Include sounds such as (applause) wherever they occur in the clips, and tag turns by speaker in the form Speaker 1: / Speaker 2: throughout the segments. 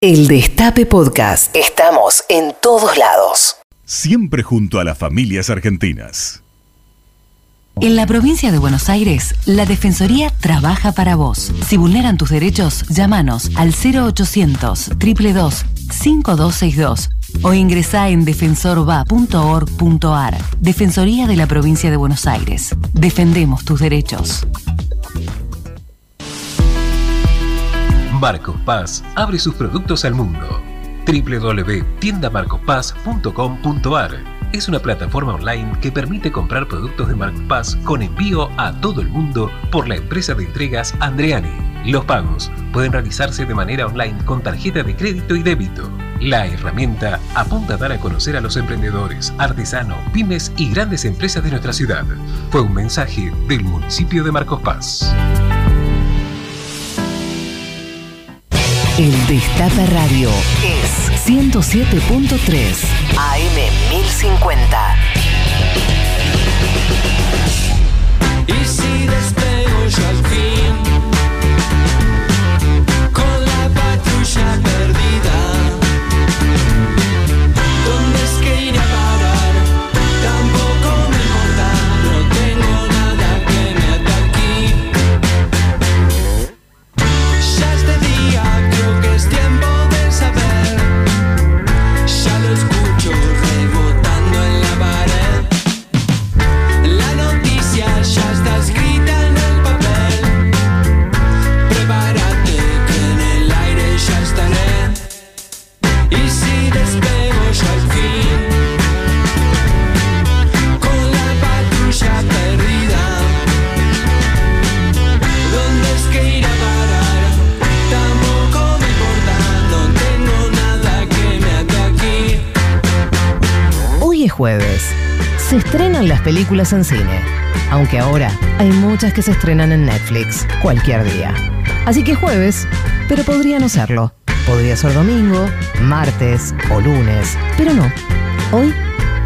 Speaker 1: El Destape Podcast. Estamos en todos lados.
Speaker 2: Siempre junto a las familias argentinas.
Speaker 3: En la provincia de Buenos Aires, la Defensoría trabaja para vos. Si vulneran tus derechos, llámanos al 0800 222 5262 o ingresá en defensorva.org.ar. Defensoría de la provincia de Buenos Aires. Defendemos tus derechos.
Speaker 4: Marcos Paz abre sus productos al mundo. www.tiendamarcospaz.com.ar es una plataforma online que permite comprar productos de Marcos Paz con envío a todo el mundo por la empresa de entregas Andreani. Los pagos pueden realizarse de manera online con tarjeta de crédito y débito. La herramienta apunta a dar a conocer a los emprendedores, artesanos, pymes y grandes empresas de nuestra ciudad. Fue un mensaje del municipio de Marcos Paz.
Speaker 1: El Destape Radio es 107.3 AM 1050.
Speaker 5: Y si despego yo al fin con la patrulla perdida, ¿dónde es que iré a parar? Tampoco me importa, no tengo nada que me ate aquí. Ya este día creo que es tiempo de saber. Ya lo escucho rebotando en la pared. La noticia ya está escrita en el papel. Prepárate que en el aire ya estaré. Y si despego yo al fin, con la patrulla perdida, ¿dónde es que iré a parar? Tampoco me importa, no tengo nada que me ate aquí.
Speaker 1: Hoy es jueves. Se estrenan las películas en cine. Aunque ahora hay muchas que se estrenan en Netflix cualquier día. Así que es jueves, pero podría no serlo. Podría ser domingo, martes o lunes, pero no. Hoy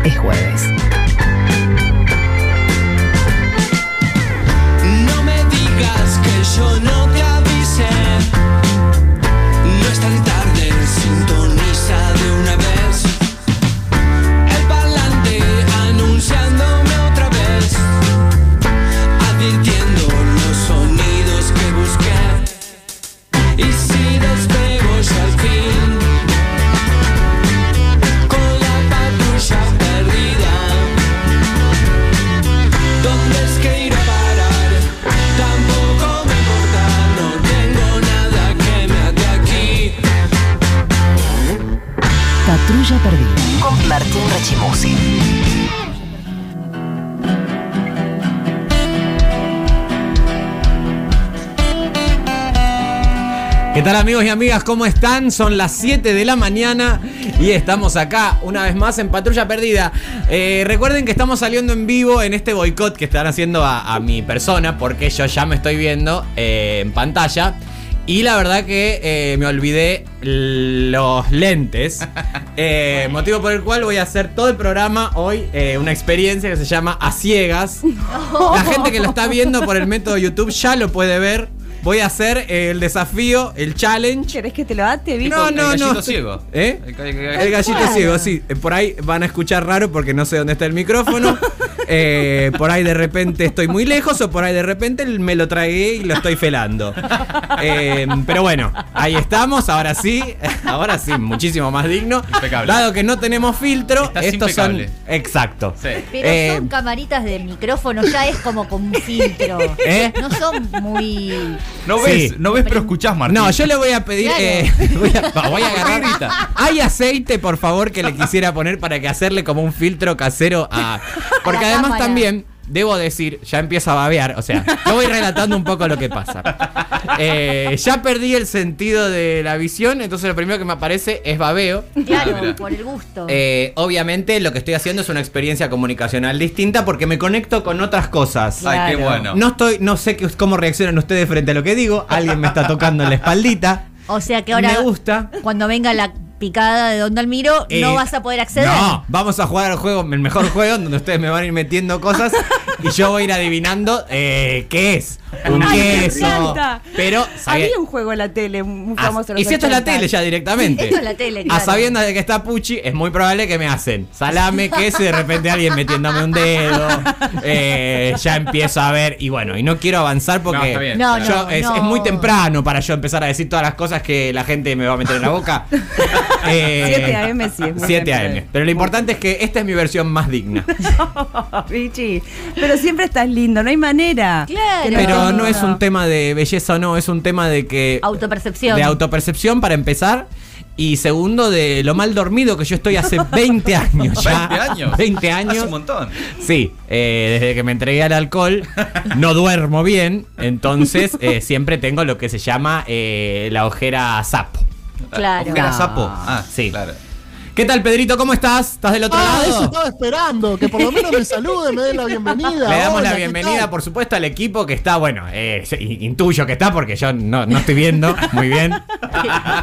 Speaker 1: es jueves.
Speaker 5: No me digas que yo no te avisé. No es tan tarde, sintoniza de una vez. El parlante anunciándome otra vez, advirtiendo los sonidos que busqué. Y si despego yo al fin, con la patrulla perdida. ¿Dónde es que iré a parar? Tampoco me importa, no tengo nada que me ate aquí.
Speaker 1: Patrulla Perdida. Con Martín Rechimusi.
Speaker 6: ¿Qué tal amigos y amigas? ¿Cómo están? Son las 7 de la mañana y estamos acá una vez más en Patrulla Perdida. Eh, recuerden que estamos saliendo en vivo en este boicot que están haciendo a, a mi persona porque yo ya me estoy viendo eh, en pantalla. Y la verdad que eh, me olvidé los lentes. Eh, motivo por el cual voy a hacer todo el programa hoy eh, una experiencia que se llama A Ciegas. La gente que lo está viendo por el método YouTube ya lo puede ver. Voy a hacer el desafío, el challenge.
Speaker 7: ¿Querés que te lo ate, Vico?
Speaker 6: No, no, no.
Speaker 8: gallito ciego.
Speaker 6: ¿Eh?
Speaker 8: El ca- el ga-
Speaker 6: El gallito
Speaker 7: Claro.
Speaker 6: ciego, sí. Eh, Por ahí van a escuchar raro porque no sé dónde está el micrófono. Eh, por ahí de repente estoy muy lejos o por ahí de repente me lo tragué y lo estoy felando. Eh, pero bueno, ahí estamos. Ahora sí, ahora sí, muchísimo más digno.
Speaker 8: Impecable.
Speaker 6: Dado que no tenemos filtro,
Speaker 8: Estás
Speaker 6: estos
Speaker 8: impecable.
Speaker 6: son. Exacto.
Speaker 8: Sí.
Speaker 9: Pero
Speaker 6: Eh,
Speaker 9: son camaritas de micrófono, ya es como con un filtro.
Speaker 6: ¿Eh?
Speaker 9: No son muy.
Speaker 8: No
Speaker 6: Sí.
Speaker 8: ves, no ves, pero escuchás, Martín.
Speaker 6: No, yo le voy a pedir.
Speaker 9: Claro.
Speaker 6: eh, (laughs) voy a, voy a agarrar. Hay aceite, por favor, que le quisiera poner para que hacerle como un filtro casero a. Porque
Speaker 9: La
Speaker 6: además
Speaker 9: cámara.
Speaker 6: también. Debo decir, ya empiezo a babear, o sea, yo voy relatando un poco lo que pasa. Eh, ya perdí el sentido de la visión, entonces lo primero que me aparece es babeo.
Speaker 9: Claro,
Speaker 8: Ah, mirá.
Speaker 9: por el gusto.
Speaker 6: Eh, obviamente lo que estoy haciendo es una experiencia comunicacional distinta porque me conecto con otras cosas.
Speaker 8: Ay, qué
Speaker 7: Claro.
Speaker 8: bueno.
Speaker 6: No estoy, no sé qué- cómo reaccionan ustedes frente a lo que digo. Alguien me está tocando en la espaldita.
Speaker 9: o sea que ahora.
Speaker 6: me gusta.
Speaker 9: Cuando venga la picada de Don Dalmiro,
Speaker 6: Eh,
Speaker 9: no vas a poder acceder.
Speaker 6: No, vamos a jugar al juego, el mejor juego, donde ustedes me van a ir metiendo cosas y yo voy a ir adivinando eh, qué es. un
Speaker 7: (laughs) Ay, me
Speaker 6: queso.
Speaker 7: encanta.
Speaker 6: Pero sabía-
Speaker 7: Había un juego en la tele muy
Speaker 6: Ah,
Speaker 7: famoso. en
Speaker 6: y
Speaker 7: los
Speaker 6: si esto es la
Speaker 7: 80. (laughs)
Speaker 6: tele ya directamente.
Speaker 9: Sí, esto es la tele,
Speaker 6: A
Speaker 9: claro.
Speaker 6: sabiendas de que está Pucci, es muy probable que me hacen
Speaker 9: (laughs)
Speaker 6: salame, queso y de repente alguien metiéndome un dedo. eh, ya empiezo a ver. Y bueno, y no quiero avanzar porque
Speaker 5: No, está bien.
Speaker 9: No, no,
Speaker 6: yo- es,
Speaker 9: no.
Speaker 6: es muy temprano para yo empezar a decir todas las cosas que la gente me va a meter en la
Speaker 9: (laughs)
Speaker 6: boca. Eh,
Speaker 7: 7 AM sí, es muy
Speaker 6: 7 AM.
Speaker 7: temprano.
Speaker 6: Pero lo importante es que esta es mi versión más digna.
Speaker 7: Pichi, pero siempre estás lindo, no hay manera.
Speaker 9: Claro.
Speaker 7: Que no
Speaker 6: Pero
Speaker 7: estés
Speaker 6: no es
Speaker 7: lindo.
Speaker 6: un tema de belleza o no, es un tema de que.
Speaker 9: Autopercepción.
Speaker 6: De autopercepción para empezar. Y segundo, de lo mal dormido que yo estoy hace 20 años ya.
Speaker 5: 20 años.
Speaker 6: 20 años.
Speaker 5: Hace un montón.
Speaker 6: Sí, eh, desde que me entregué al alcohol no duermo bien, entonces eh, siempre tengo lo que se llama eh, la ojera sapo.
Speaker 9: Claro.
Speaker 5: Ojera
Speaker 9: (laughs)
Speaker 5: sapo. Ah,
Speaker 6: Sí.
Speaker 5: sí. Claro.
Speaker 6: ¿Qué tal, Pedrito? ¿Cómo estás? ¿Estás del otro
Speaker 10: Ah, eso
Speaker 6: lado?
Speaker 10: estaba esperando, que por lo menos me salude, me den la bienvenida.
Speaker 6: Le damos la
Speaker 10: Hola, ¿qué
Speaker 6: bienvenida,
Speaker 10: tal?
Speaker 6: por supuesto, al equipo que está, bueno, eh, se- in- intuyo que está porque yo no, no estoy viendo muy
Speaker 10: (laughs)
Speaker 6: bien.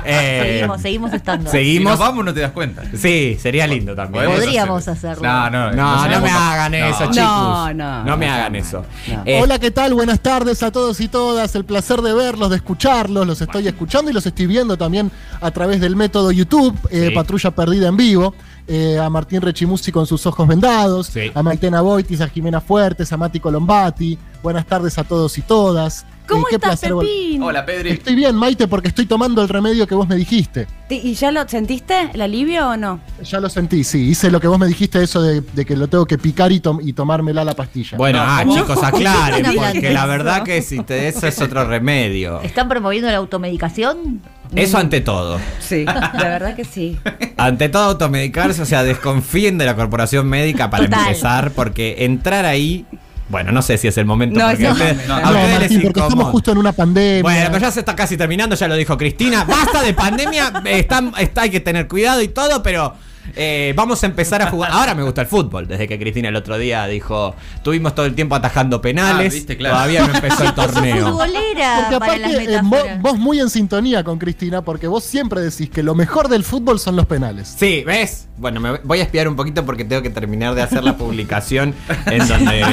Speaker 6: Eh,
Speaker 9: seguimos, seguimos estando.
Speaker 5: Si nos
Speaker 6: Seguimos.
Speaker 5: vamos, no te das cuenta.
Speaker 6: Sí, sería lindo también.
Speaker 5: Podemos
Speaker 9: Podríamos
Speaker 5: hacer-
Speaker 9: hacerlo.
Speaker 5: No, no,
Speaker 6: No, no
Speaker 5: seríamos
Speaker 6: me
Speaker 5: cap-
Speaker 6: hagan
Speaker 5: No.
Speaker 6: eso, chicos. No,
Speaker 7: No, no,
Speaker 6: me
Speaker 7: no,
Speaker 6: hagan
Speaker 7: no,
Speaker 6: eso.
Speaker 7: no.
Speaker 6: Eh,
Speaker 10: Hola, ¿qué tal? Buenas tardes a todos y todas. El placer de verlos, de escucharlos. Los estoy escuchando y los estoy viendo también a través del método YouTube, eh,
Speaker 6: Sí.
Speaker 10: Patrulla Perdida en Vivo. eh, a Martín Rechimusi con sus ojos vendados,
Speaker 6: Sí.
Speaker 10: a Maitena Boitis, a Jimena Fuertes, a Mati Colombati. Buenas tardes a todos y todas.
Speaker 7: ¿Cómo
Speaker 10: Eh, qué
Speaker 7: estás,
Speaker 10: placer vol-
Speaker 7: Pepín?
Speaker 5: Hola, Pedri.
Speaker 10: Estoy bien, Maite, porque estoy tomando el remedio que vos me dijiste.
Speaker 7: Te- ¿Y ya lo sentiste? ¿El alivio o no?
Speaker 10: Ya lo sentí, sí. Hice lo que vos me dijiste, eso de, de que lo tengo que picar y, tom- y tomármela la pastilla.
Speaker 6: Bueno, ah,
Speaker 7: No,
Speaker 6: chicos,
Speaker 7: no
Speaker 6: aclaren,
Speaker 9: digan
Speaker 6: porque la
Speaker 7: eso.
Speaker 6: verdad que si te eso es otro
Speaker 7: (laughs)
Speaker 6: remedio.
Speaker 9: ¿Están promoviendo la automedicación?
Speaker 6: Eso ante todo.
Speaker 7: Sí, (laughs) la verdad que
Speaker 10: (laughs)
Speaker 7: sí.
Speaker 6: Ante todo, automedicarse, o sea, desconfíen de la corporación médica para
Speaker 9: Total.
Speaker 6: empezar, porque entrar ahí, bueno, no sé si es el momento.
Speaker 7: No,
Speaker 6: porque
Speaker 7: no.
Speaker 6: a ustedes-
Speaker 5: No,
Speaker 6: a
Speaker 10: No,
Speaker 6: ustedes les
Speaker 10: Martín, porque estamos
Speaker 6: incomoda.
Speaker 10: justo en una pandemia.
Speaker 6: Bueno, pero ya se está casi terminando, ya lo dijo Cristina. Basta de pandemia, eh, está, está- hay que tener cuidado y todo, pero eh, vamos a empezar a jugar. Ahora me gusta el fútbol, desde que Cristina el otro día dijo, tuvimos todo el tiempo atajando penales,
Speaker 5: Ah, viste, claro.
Speaker 6: todavía no empezó
Speaker 5: (laughs)
Speaker 6: el torneo.
Speaker 9: Futbolera
Speaker 10: Porque
Speaker 9: para las
Speaker 10: aparte, eh, vos,
Speaker 9: metáforas.
Speaker 10: vos muy en sintonía con Cristina, porque vos siempre decís que lo mejor del fútbol son los penales.
Speaker 6: Sí, ¿ves? Bueno, me voy a espiar un poquito porque tengo que terminar de hacer la publicación en donde eh,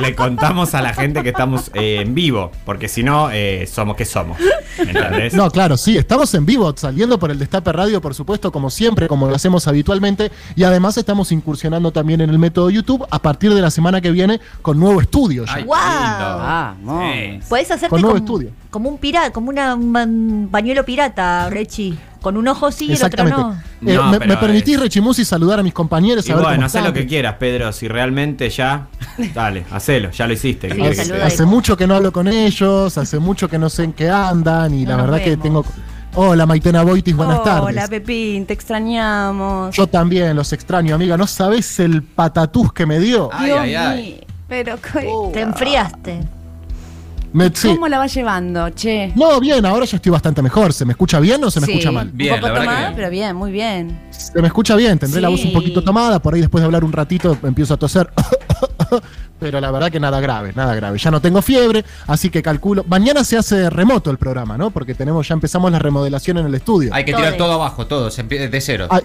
Speaker 6: le contamos a la gente que estamos eh, en vivo, porque si no, eh, somos que somos. ¿Entendés?
Speaker 10: No, claro, sí, estamos en vivo, saliendo por el Destape Radio, por supuesto, como siempre, como lo hacemos habitualmente, y además estamos incursionando también en el método YouTube a partir de la semana que viene con nuevo estudio. ya.
Speaker 5: Ay,
Speaker 9: Wow.
Speaker 7: Vamos.
Speaker 5: qué lindo. Sí.
Speaker 9: Podés hacerte
Speaker 10: Con nuevo
Speaker 9: como,
Speaker 10: estudio.
Speaker 9: como un pirata, como una- un man- pañuelo pirata, Rechi. Con un ojo sí y el otro
Speaker 10: Exactamente.
Speaker 9: no.
Speaker 10: Eh,
Speaker 6: No,
Speaker 10: me,
Speaker 6: pero
Speaker 10: me permitís,
Speaker 6: es-
Speaker 10: Rechimusi, saludar a mis compañeros?
Speaker 6: Y
Speaker 10: a ver
Speaker 6: bueno,
Speaker 10: cómo
Speaker 6: haz
Speaker 10: están?
Speaker 6: lo que quieras, Pedro. Si realmente ya. Dale, hacelo. Ya lo hiciste. ¿qué
Speaker 9: Sí,
Speaker 6: querés que
Speaker 9: saluda
Speaker 6: te
Speaker 10: Hace
Speaker 6: diga?
Speaker 9: ahí.
Speaker 10: mucho que no hablo con ellos, hace mucho que no sé en qué andan y
Speaker 9: No
Speaker 10: la
Speaker 9: nos
Speaker 10: verdad que tengo...
Speaker 9: vemos.
Speaker 10: Hola Maitena Boitis, buenas tardes.
Speaker 7: Hola, Pepín, te extrañamos.
Speaker 10: Yo también los extraño, amiga. No sabés el patatús que me dio.
Speaker 5: Ay,
Speaker 7: Dios
Speaker 5: ay, ay.
Speaker 7: mío, Pero, ¿qué-
Speaker 9: Te enfriaste.
Speaker 10: Me- sí.
Speaker 7: ¿cómo la vas llevando, che?
Speaker 10: No, bien, ahora yo estoy bastante mejor. ¿Se me escucha bien o se me
Speaker 7: Sí,
Speaker 10: escucha mal?
Speaker 5: Bien,
Speaker 7: un poco
Speaker 5: la verdad
Speaker 7: tomada,
Speaker 5: que-
Speaker 7: pero bien, muy bien.
Speaker 10: Se me escucha bien, tendré la voz un
Speaker 9: Sí.
Speaker 10: poquito tomada, por ahí después de hablar un ratito empiezo a toser. (laughs) Pero la verdad que nada grave, nada grave. Ya no tengo fiebre, así que calculo. Mañana se hace remoto el programa, ¿no? Porque tenemos, ya empezamos la remodelación en el estudio.
Speaker 5: Hay que
Speaker 9: Todo
Speaker 5: tirar
Speaker 9: es.
Speaker 5: todo abajo, todo, se empie- de cero.
Speaker 10: Ay,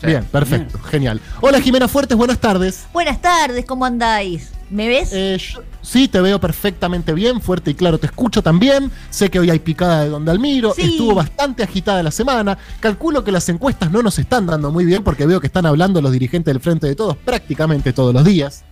Speaker 5: Sí.
Speaker 10: Bien, perfecto, genial. Hola Jimena Fuertes, buenas tardes.
Speaker 9: Buenas tardes, ¿cómo andáis? ¿Me ves?
Speaker 10: Eh, yo- sí, te veo perfectamente bien, fuerte y claro, te escucho también. Sé que hoy hay picada de Don Dalmiro,
Speaker 9: Sí.
Speaker 10: estuvo bastante agitada la semana. Calculo que las encuestas no nos están dando muy bien porque veo que están hablando los dirigentes del Frente de Todos prácticamente todos los días.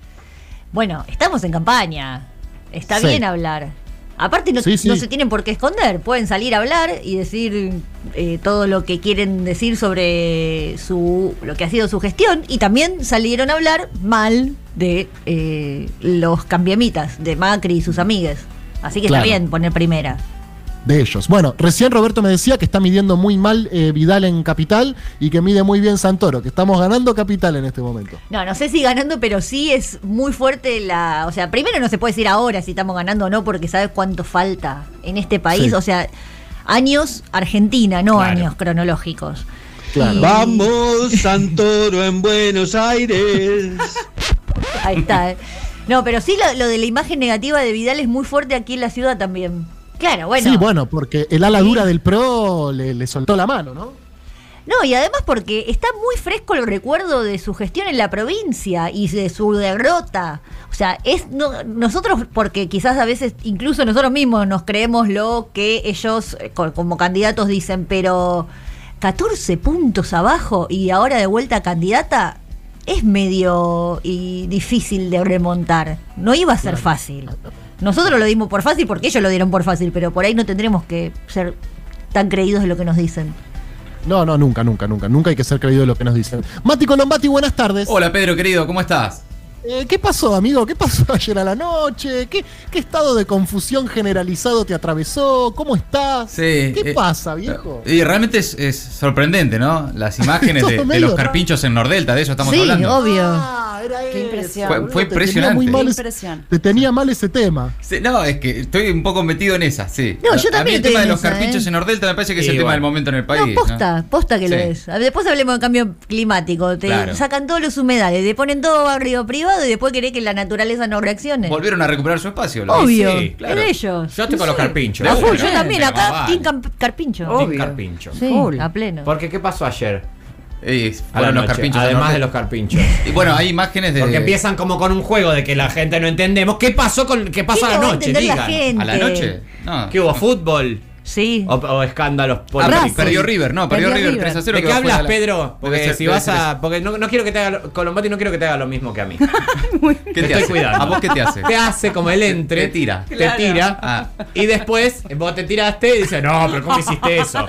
Speaker 9: Bueno, estamos en campaña. Está
Speaker 10: Sí.
Speaker 9: bien hablar. Aparte no,
Speaker 10: Sí, sí.
Speaker 9: no se tienen por qué esconder, pueden salir a hablar y decir eh, todo lo que quieren decir sobre su, lo que ha sido su gestión y también salieron a hablar mal de eh, los cambiamitas, de Macri y sus amigues. Así que
Speaker 10: Claro.
Speaker 9: está bien poner primera.
Speaker 10: De ellos. Bueno, recién Roberto me decía que está midiendo muy mal eh, Vidal en Capital y que mide muy bien Santoro, que estamos ganando Capital en este momento.
Speaker 9: No, no sé si ganando, pero sí es muy fuerte la. O sea, primero no se puede decir ahora si estamos ganando o no, porque sabes cuánto falta en este país.
Speaker 10: Sí.
Speaker 9: O sea, años Argentina, no
Speaker 6: Claro.
Speaker 9: años cronológicos.
Speaker 10: Claro.
Speaker 11: Vamos, Santoro en Buenos
Speaker 5: (laughs)
Speaker 11: Aires.
Speaker 9: Ahí está. eh. No, pero sí lo, lo de la imagen negativa de Vidal es muy fuerte aquí en la ciudad también. Claro, bueno.
Speaker 10: Sí, bueno, porque el ala
Speaker 9: Sí.
Speaker 10: dura del PRO le, le soltó la mano, ¿no?
Speaker 9: No, y además porque está muy fresco el recuerdo de su gestión en la provincia y de su derrota. O sea, es no- nosotros, porque quizás a veces incluso nosotros mismos nos creemos lo que ellos eh, co- como candidatos dicen, pero 14 puntos abajo y ahora de vuelta candidata es medio y difícil de remontar. No iba a ser fácil. Nosotros lo dimos por fácil porque ellos lo dieron por fácil, pero por ahí no tendremos que ser tan creídos de lo que nos dicen.
Speaker 10: No, no, nunca, nunca, nunca. Nunca hay que ser creído de lo que nos dicen. Mati Colombati, buenas tardes.
Speaker 5: Hola Pedro, querido, ¿cómo estás?
Speaker 10: Eh, ¿Qué pasó, amigo? ¿Qué pasó (laughs) ayer a la noche? ¿Qué, qué estado de confusión generalizado te atravesó? ¿Cómo estás?
Speaker 5: Sí,
Speaker 10: ¿Qué
Speaker 5: eh,
Speaker 10: pasa, viejo?
Speaker 5: Y realmente es, es sorprendente, ¿no? Las imágenes
Speaker 10: (laughs) Todo
Speaker 5: de, de
Speaker 10: medio
Speaker 5: los
Speaker 10: raro.
Speaker 5: carpinchos en Nordelta, de eso estamos
Speaker 9: sí,
Speaker 5: hablando.
Speaker 9: obvio.
Speaker 10: Ah, era
Speaker 7: Qué
Speaker 10: eso,
Speaker 7: impresión.
Speaker 5: Fue-
Speaker 10: boludo,
Speaker 5: fue
Speaker 10: te tenía
Speaker 5: impresionante.
Speaker 10: muy mal
Speaker 7: Qué
Speaker 10: ese-
Speaker 7: impresión.
Speaker 10: te tenía mal ese tema.
Speaker 5: Sí, no, es que estoy un poco metido en esa, sí.
Speaker 9: No, yo
Speaker 5: A- A mí el
Speaker 9: también estoy
Speaker 5: tema de
Speaker 9: en
Speaker 5: los
Speaker 9: esa,
Speaker 5: carpinchos
Speaker 9: ¿eh?
Speaker 5: en Nordelta me parece que es
Speaker 6: Y
Speaker 5: el tema
Speaker 6: bueno.
Speaker 5: del momento en el país.
Speaker 9: No, posta, posta que lo
Speaker 5: Sí.
Speaker 9: es. Después hablemos de cambio climático. Te
Speaker 5: Claro.
Speaker 9: sacan todos los humedales, te ponen todo a río privado y después querés que la naturaleza no reaccione.
Speaker 5: Volvieron a recuperar su espacio. lo-
Speaker 9: Obvio,
Speaker 6: Sí,
Speaker 5: claro.
Speaker 9: en ellos.
Speaker 6: Yo estoy con los carpinchos.
Speaker 9: Ah,
Speaker 5: No,
Speaker 9: full,
Speaker 5: pero-
Speaker 9: yo también,
Speaker 5: pero
Speaker 9: acá,
Speaker 5: más vale.
Speaker 9: Team Camp- Carpincho.
Speaker 6: Team
Speaker 7: Obvio.
Speaker 6: carpincho.
Speaker 9: Sí,
Speaker 7: Full.
Speaker 9: a pleno.
Speaker 6: Porque ¿qué pasó ayer?
Speaker 5: Eh,
Speaker 6: A la
Speaker 5: fueron los
Speaker 6: noche,
Speaker 5: carpinchos en
Speaker 6: además de los
Speaker 5: Nordelta.
Speaker 6: carpinchos.
Speaker 5: Y bueno, hay imágenes de.
Speaker 6: Porque empiezan como con un juego de que la gente no entendemos. ¿Qué pasó con qué pasó
Speaker 9: ¿Qué
Speaker 6: a la
Speaker 9: no va a
Speaker 6: noche?
Speaker 9: entender la
Speaker 6: Digan.
Speaker 9: gente?
Speaker 5: ¿A la noche? No.
Speaker 6: ¿Qué hubo fútbol?
Speaker 9: Sí.
Speaker 6: ¿O, o escándalos
Speaker 5: Ah,
Speaker 6: políticos?
Speaker 5: per- perdió River, no, perdió,
Speaker 7: Perdió
Speaker 5: River
Speaker 7: River.
Speaker 5: 3 a 0.
Speaker 6: ¿De
Speaker 5: que
Speaker 6: qué
Speaker 5: va fuera
Speaker 6: hablas,
Speaker 5: la-
Speaker 6: Pedro?
Speaker 5: Debe
Speaker 6: Porque
Speaker 5: ser-
Speaker 6: si
Speaker 5: debe
Speaker 6: vas
Speaker 5: ser
Speaker 6: a. Porque no, no quiero que te haga. lo- Colombati no quiero que te haga lo
Speaker 5: (laughs)
Speaker 6: mismo que a mí.
Speaker 5: eso. ¿Qué te
Speaker 6: estoy
Speaker 5: hace?
Speaker 6: cuidando.
Speaker 5: ¿A vos qué te hace?
Speaker 6: Te hace como el entre.
Speaker 5: Te tira.
Speaker 6: Te
Speaker 5: Claro.
Speaker 6: tira.
Speaker 5: Ah.
Speaker 6: Y después vos te tiraste y dices, no, pero ¿cómo hiciste
Speaker 5: (laughs)
Speaker 6: eso?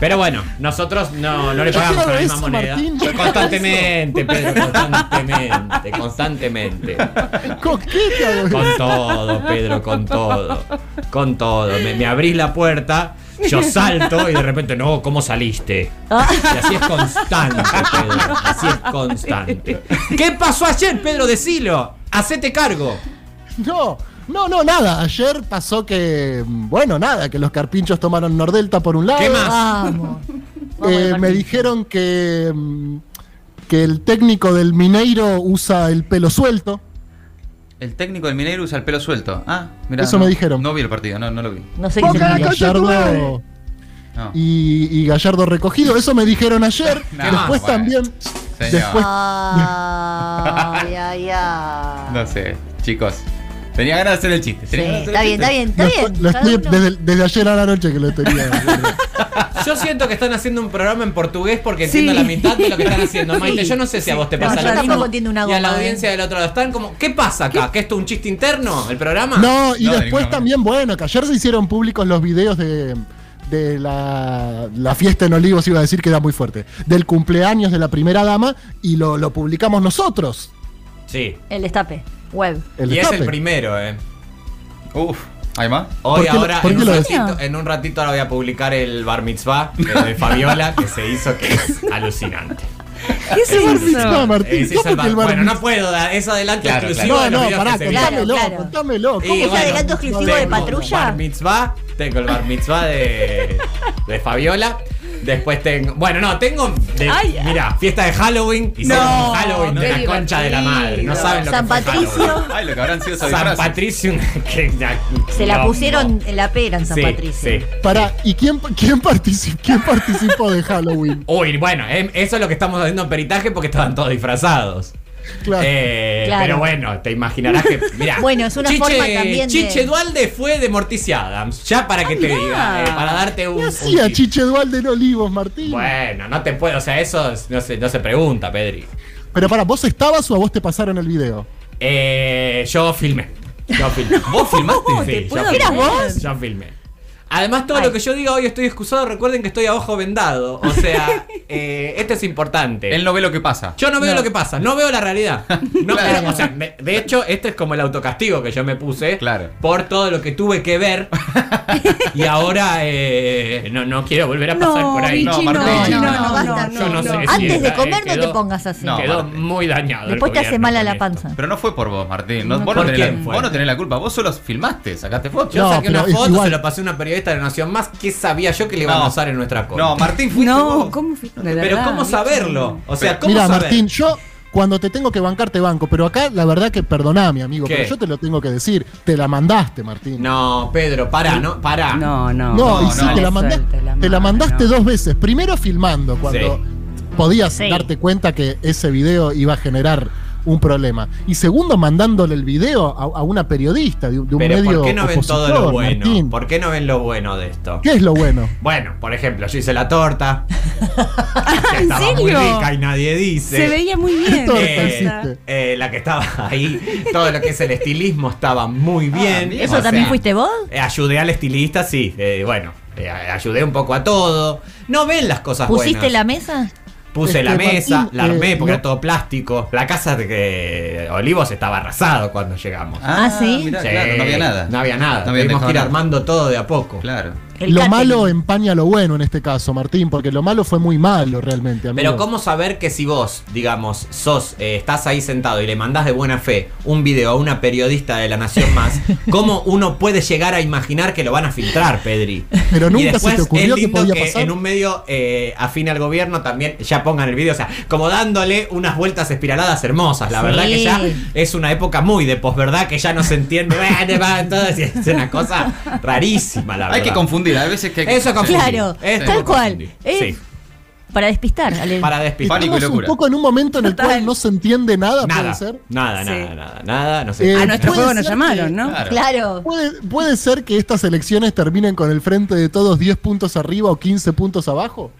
Speaker 6: pero bueno, nosotros no, no le
Speaker 10: Yo
Speaker 6: pagamos
Speaker 10: quiero
Speaker 6: con la
Speaker 10: ver
Speaker 6: misma
Speaker 10: eso,
Speaker 6: moneda.
Speaker 10: Martín, yo quiero
Speaker 6: Constantemente, Pedro, constantemente, constantemente.
Speaker 10: (laughs) ¿Con qué te hago?
Speaker 6: Con todo, Pedro, con todo. Con todo. Me, me abrís la puerta, yo salto y de repente, no, ¿cómo saliste? Y así es constante, Pedro. Así es constante. ¿Qué pasó ayer, Pedro? Decilo. Hacete cargo.
Speaker 10: (laughs) No, no, no, nada. Ayer pasó que, mm, bueno, nada, que los carpinchos tomaron Nordelta por un lado.
Speaker 6: ¿Qué más?
Speaker 9: Vamos. Vamos,
Speaker 10: Eh, me
Speaker 9: Martín.
Speaker 10: dijeron que, mm, que el técnico del Mineiro usa el pelo suelto.
Speaker 5: El técnico del Mineiro usa el pelo suelto. Ah, mira.
Speaker 10: Eso me dijeron.
Speaker 5: No vi el partido, no, no lo vi.
Speaker 9: No sé qué
Speaker 10: Y
Speaker 9: significa.
Speaker 10: Gallardo,
Speaker 5: No.
Speaker 10: y, y Gallardo recogido. Eso me
Speaker 6: (laughs)
Speaker 10: dijeron ayer.
Speaker 5: No,
Speaker 10: después
Speaker 5: bueno.
Speaker 10: también.
Speaker 5: Señor.
Speaker 10: Después
Speaker 9: Ay, ay, ay.
Speaker 5: No sé, chicos. Tenía ganas de hacer el chiste.
Speaker 9: Sí,
Speaker 5: tenía ganas de
Speaker 9: está
Speaker 5: hacer el
Speaker 9: bien, está bien, está
Speaker 10: Lo
Speaker 9: bien.
Speaker 10: estoy- lo
Speaker 9: Cada
Speaker 10: estoy-
Speaker 9: uno-
Speaker 10: desde, desde ayer a la noche que lo tenía.
Speaker 6: (laughs) Yo siento que están haciendo un programa en portugués porque
Speaker 7: Sí.
Speaker 6: entiendo la mitad de lo que están haciendo. Maite,
Speaker 9: Sí.
Speaker 6: yo no sé si a vos te
Speaker 9: No,
Speaker 6: pasa
Speaker 9: yo
Speaker 6: lo
Speaker 9: tampoco
Speaker 6: mismo.
Speaker 9: entiendo una
Speaker 6: y a la
Speaker 9: goma, eh.
Speaker 6: audiencia del otro lado están como, ¿qué pasa acá? ¿Que esto es un chiste interno el programa?
Speaker 10: no, y
Speaker 5: No, de ninguna
Speaker 10: después
Speaker 5: manera.
Speaker 10: también, bueno, que ayer se hicieron públicos los videos de, de la, la fiesta en Olivos, iba a decir que era muy fuerte. Del cumpleaños de la primera dama y lo, lo publicamos nosotros.
Speaker 6: Sí.
Speaker 9: El destape, web.
Speaker 10: El
Speaker 6: y es
Speaker 10: destape.
Speaker 6: el primero, eh.
Speaker 5: chiste. Uf, ¿hay más?
Speaker 10: ¿Por
Speaker 6: Hoy
Speaker 10: qué lo-
Speaker 6: ahora,
Speaker 10: por
Speaker 6: en
Speaker 10: qué
Speaker 6: un,
Speaker 10: lo
Speaker 6: ratito,
Speaker 7: decís?
Speaker 6: en un ratito ahora voy a publicar el bar mitzvah eh, de,
Speaker 10: (laughs)
Speaker 6: de Fabiola que se hizo que es alucinante.
Speaker 7: ¿Qué es
Speaker 10: bar mitzvah,
Speaker 7: eso?
Speaker 10: Martín?
Speaker 6: Eh, se hizo
Speaker 10: ¿Cómo
Speaker 6: el
Speaker 10: que el
Speaker 6: bar-
Speaker 10: bar
Speaker 6: bueno, no
Speaker 10: mitzvah?
Speaker 6: puedo dar, es adelanto
Speaker 5: Claro,
Speaker 6: exclusivo
Speaker 10: No,
Speaker 6: de los
Speaker 10: no,
Speaker 6: videos
Speaker 10: pará,
Speaker 6: que se vienen.
Speaker 10: contámelo,
Speaker 9: Claro, claro.
Speaker 10: contámelo. ¿Cómo
Speaker 6: Y
Speaker 9: es
Speaker 10: fue?
Speaker 9: adelanto exclusivo
Speaker 6: tengo
Speaker 9: de
Speaker 6: un
Speaker 9: patrulla?
Speaker 6: Bar mitzvah, tengo el bar mitzvah de, de Fabiola. Después tengo. Bueno, no, tengo. de-
Speaker 7: Ay.
Speaker 6: mirá, fiesta de Halloween. Hicieron
Speaker 7: No,
Speaker 6: un Halloween
Speaker 7: qué
Speaker 6: de la concha de la madre. No
Speaker 7: divertido.
Speaker 6: saben lo
Speaker 9: San
Speaker 6: que fue
Speaker 9: Patricio.
Speaker 5: Ay, lo que habrán sido esos
Speaker 6: Halloween. San
Speaker 5: disfraces.
Speaker 6: Patricio. (laughs) que-
Speaker 9: Se la
Speaker 6: no,
Speaker 9: pusieron
Speaker 6: no.
Speaker 9: en la pera en San
Speaker 6: Sí,
Speaker 9: Patricio.
Speaker 6: sí.
Speaker 10: Pará, ¿y quién, quién, participó, quién participó
Speaker 6: (laughs)
Speaker 10: de Halloween?
Speaker 6: Uy, bueno, em, eso es lo que estamos haciendo en peritaje porque estaban todos disfrazados.
Speaker 10: Claro.
Speaker 6: Eh,
Speaker 9: Claro.
Speaker 6: Pero bueno, te imaginarás que. Mirá,
Speaker 9: (laughs) Bueno, es una forma también de- Ah,
Speaker 6: Chiche Dualde fue de Morticia Adams. Ya para que te
Speaker 7: mirá.
Speaker 6: diga, eh, para darte un.
Speaker 10: ¿Qué
Speaker 6: un
Speaker 10: hacía
Speaker 6: tip.
Speaker 10: Chiche Dualde en Olivos, Martín?
Speaker 6: Bueno, no te puedo, o sea, eso es- no se, no se pregunta, Pedri.
Speaker 10: Pero para, ¿vos estabas o a vos te pasaron el video?
Speaker 6: Eh, yo filmé. Yo
Speaker 9: (laughs)
Speaker 6: filmé. ¿Vos filmaste?
Speaker 7: te
Speaker 6: Sí,
Speaker 7: puedo
Speaker 6: yo filmé.
Speaker 7: ¿Eras vos?
Speaker 6: Yo filmé. Además, todo
Speaker 9: Ay.
Speaker 6: lo que yo diga hoy estoy excusado, recuerden que estoy abajo vendado. O sea, (laughs) eh, esto es importante.
Speaker 5: Él no ve lo que pasa.
Speaker 6: Yo no veo lo que pasa, no veo la realidad. No
Speaker 5: Claro.
Speaker 6: veo- o sea, me- de hecho, este es como el autocastigo que yo me puse
Speaker 5: Claro.
Speaker 6: por todo lo que tuve que ver. y ahora eh, no, no quiero volver a pasar por ahí.
Speaker 5: no,
Speaker 7: Vichy,
Speaker 5: Martín,
Speaker 7: no,
Speaker 5: no,
Speaker 7: no,
Speaker 9: basta.
Speaker 7: no,
Speaker 6: Yo no sé
Speaker 7: no, Ah, no.
Speaker 6: si
Speaker 9: Antes de
Speaker 6: está, eh,
Speaker 9: comer no te
Speaker 6: quedó-
Speaker 9: pongas así.
Speaker 5: No,
Speaker 6: Quedó
Speaker 5: Marte.
Speaker 6: muy dañado. el
Speaker 9: Después te hace
Speaker 6: gobierno
Speaker 9: mal a
Speaker 6: con
Speaker 9: la
Speaker 6: esto.
Speaker 9: panza.
Speaker 5: Pero no fue por vos, Martín. No, vos,
Speaker 6: ¿Por
Speaker 5: no tenés
Speaker 6: quién
Speaker 5: la,
Speaker 6: fue?
Speaker 5: vos no tenés la culpa. Vos solo filmaste, sacaste fotos.
Speaker 6: Yo
Speaker 10: No,
Speaker 6: saqué una
Speaker 10: pero es
Speaker 6: foto,
Speaker 10: igual.
Speaker 6: se lo pasé a una periodista de la Nación Más. ¿Qué sabía yo que le iban
Speaker 5: No.
Speaker 6: a usar en nuestra
Speaker 5: No,
Speaker 6: contra?
Speaker 5: Martín fuiste vos.
Speaker 7: No, ¿cómo fui? De
Speaker 6: Pero
Speaker 7: verdad,
Speaker 6: ¿cómo
Speaker 7: Vichy,
Speaker 6: saberlo?
Speaker 7: no.
Speaker 6: O sea, ¿cómo
Speaker 10: Mira,
Speaker 6: saber?
Speaker 10: Martín, yo, Cuando te tengo que bancar, te banco. Pero acá, la verdad que perdoname, amigo,
Speaker 6: ¿Qué?
Speaker 10: pero yo te lo tengo que decir. Te la mandaste, Martín.
Speaker 6: No, Pedro, pará, no, pará.
Speaker 7: No, no.
Speaker 10: No, y sí, te, la
Speaker 7: Suelta
Speaker 10: mandaste, te la
Speaker 7: mano,
Speaker 10: mandaste
Speaker 7: no.
Speaker 10: dos veces. Primero filmando, cuando podías
Speaker 9: Sí.
Speaker 10: darte cuenta que ese video iba a generar un problema. Y segundo, mandándole el video a, a una periodista de, un- de un
Speaker 6: Pero
Speaker 10: medio.
Speaker 6: ¿por qué no ven todo lo
Speaker 10: opositor,
Speaker 6: bueno?
Speaker 10: Martín.
Speaker 6: ¿Por qué no ven lo bueno de esto?
Speaker 10: ¿Qué es lo bueno?
Speaker 6: Bueno, por ejemplo, yo hice la torta. que
Speaker 9: (laughs)
Speaker 6: (laughs)
Speaker 7: ¿En
Speaker 6: estaba muy
Speaker 7: serio?
Speaker 6: rica y nadie dice.
Speaker 7: Se veía muy
Speaker 10: ¿Qué
Speaker 7: bien.
Speaker 10: torta
Speaker 6: Eh,
Speaker 10: hiciste?
Speaker 6: eh, la que estaba ahí, todo lo que es el estilismo estaba muy
Speaker 5: Ah,
Speaker 6: bien.
Speaker 9: ¿Eso
Speaker 6: O sea,
Speaker 9: también fuiste vos?
Speaker 6: eh, ayudé al estilista, sí. eh, bueno, eh, ayudé un poco a todo. No ven las cosas
Speaker 9: ¿Pusiste
Speaker 6: buenas.
Speaker 9: la mesa?
Speaker 6: Puse
Speaker 10: Este,
Speaker 6: la mesa,
Speaker 10: Martín,
Speaker 6: la armé
Speaker 10: eh,
Speaker 6: porque
Speaker 10: no-
Speaker 6: era todo plástico. La casa de que Olivos estaba arrasado cuando llegamos.
Speaker 9: Ah, ¿sí?
Speaker 5: mirá,
Speaker 6: Sí,
Speaker 5: claro, no había nada.
Speaker 6: No había nada.
Speaker 5: No había
Speaker 6: Tuvimos que ir
Speaker 5: tejado.
Speaker 6: armando todo de a poco.
Speaker 5: Claro.
Speaker 9: El
Speaker 10: lo
Speaker 9: catering.
Speaker 10: malo empaña lo bueno en este caso, Martín, porque lo malo fue muy malo realmente. Amigo.
Speaker 6: Pero ¿cómo saber que si vos, digamos, sos, eh, estás ahí sentado y le mandás de buena fe un video a una periodista de La Nación
Speaker 10: (laughs)
Speaker 6: Más, cómo uno puede llegar a imaginar que lo van a filtrar, Pedri?
Speaker 10: Pero
Speaker 6: Y
Speaker 10: nunca se
Speaker 6: después
Speaker 10: te
Speaker 6: es
Speaker 10: ocurrió que
Speaker 6: lindo
Speaker 10: podía pasar.
Speaker 6: en un medio eh, afín al gobierno también ya pongan el video, o sea, como dándole unas vueltas espiraladas hermosas. La verdad
Speaker 9: Sí.
Speaker 6: que ya es una época muy de posverdad que ya no se entiende. (laughs) Entonces es una cosa rarísima, la verdad.
Speaker 5: Hay que confundir, a veces que hay que-
Speaker 6: Eso confundir.
Speaker 9: Claro,
Speaker 6: Esto
Speaker 9: tal
Speaker 6: lo
Speaker 9: cual.
Speaker 6: confundí.
Speaker 9: Eh,
Speaker 6: Sí,
Speaker 9: Para despistar. Ale.
Speaker 6: para despistar.
Speaker 5: Pánico y
Speaker 10: Estamos un
Speaker 5: locura.
Speaker 10: poco en un momento en el
Speaker 7: Total.
Speaker 10: cual no se entiende nada,
Speaker 6: Nada,
Speaker 10: puede ser.
Speaker 6: nada,
Speaker 7: Sí.
Speaker 6: nada, nada, nada, no sé.
Speaker 10: Eh,
Speaker 9: Ah,
Speaker 7: A nuestro
Speaker 10: puede
Speaker 7: juego nos
Speaker 10: ser que-
Speaker 7: llamaron, ¿no?
Speaker 5: Claro.
Speaker 9: Claro.
Speaker 10: Puede, puede ser que estas elecciones terminen con el frente de todos 10 puntos arriba o 15 puntos abajo.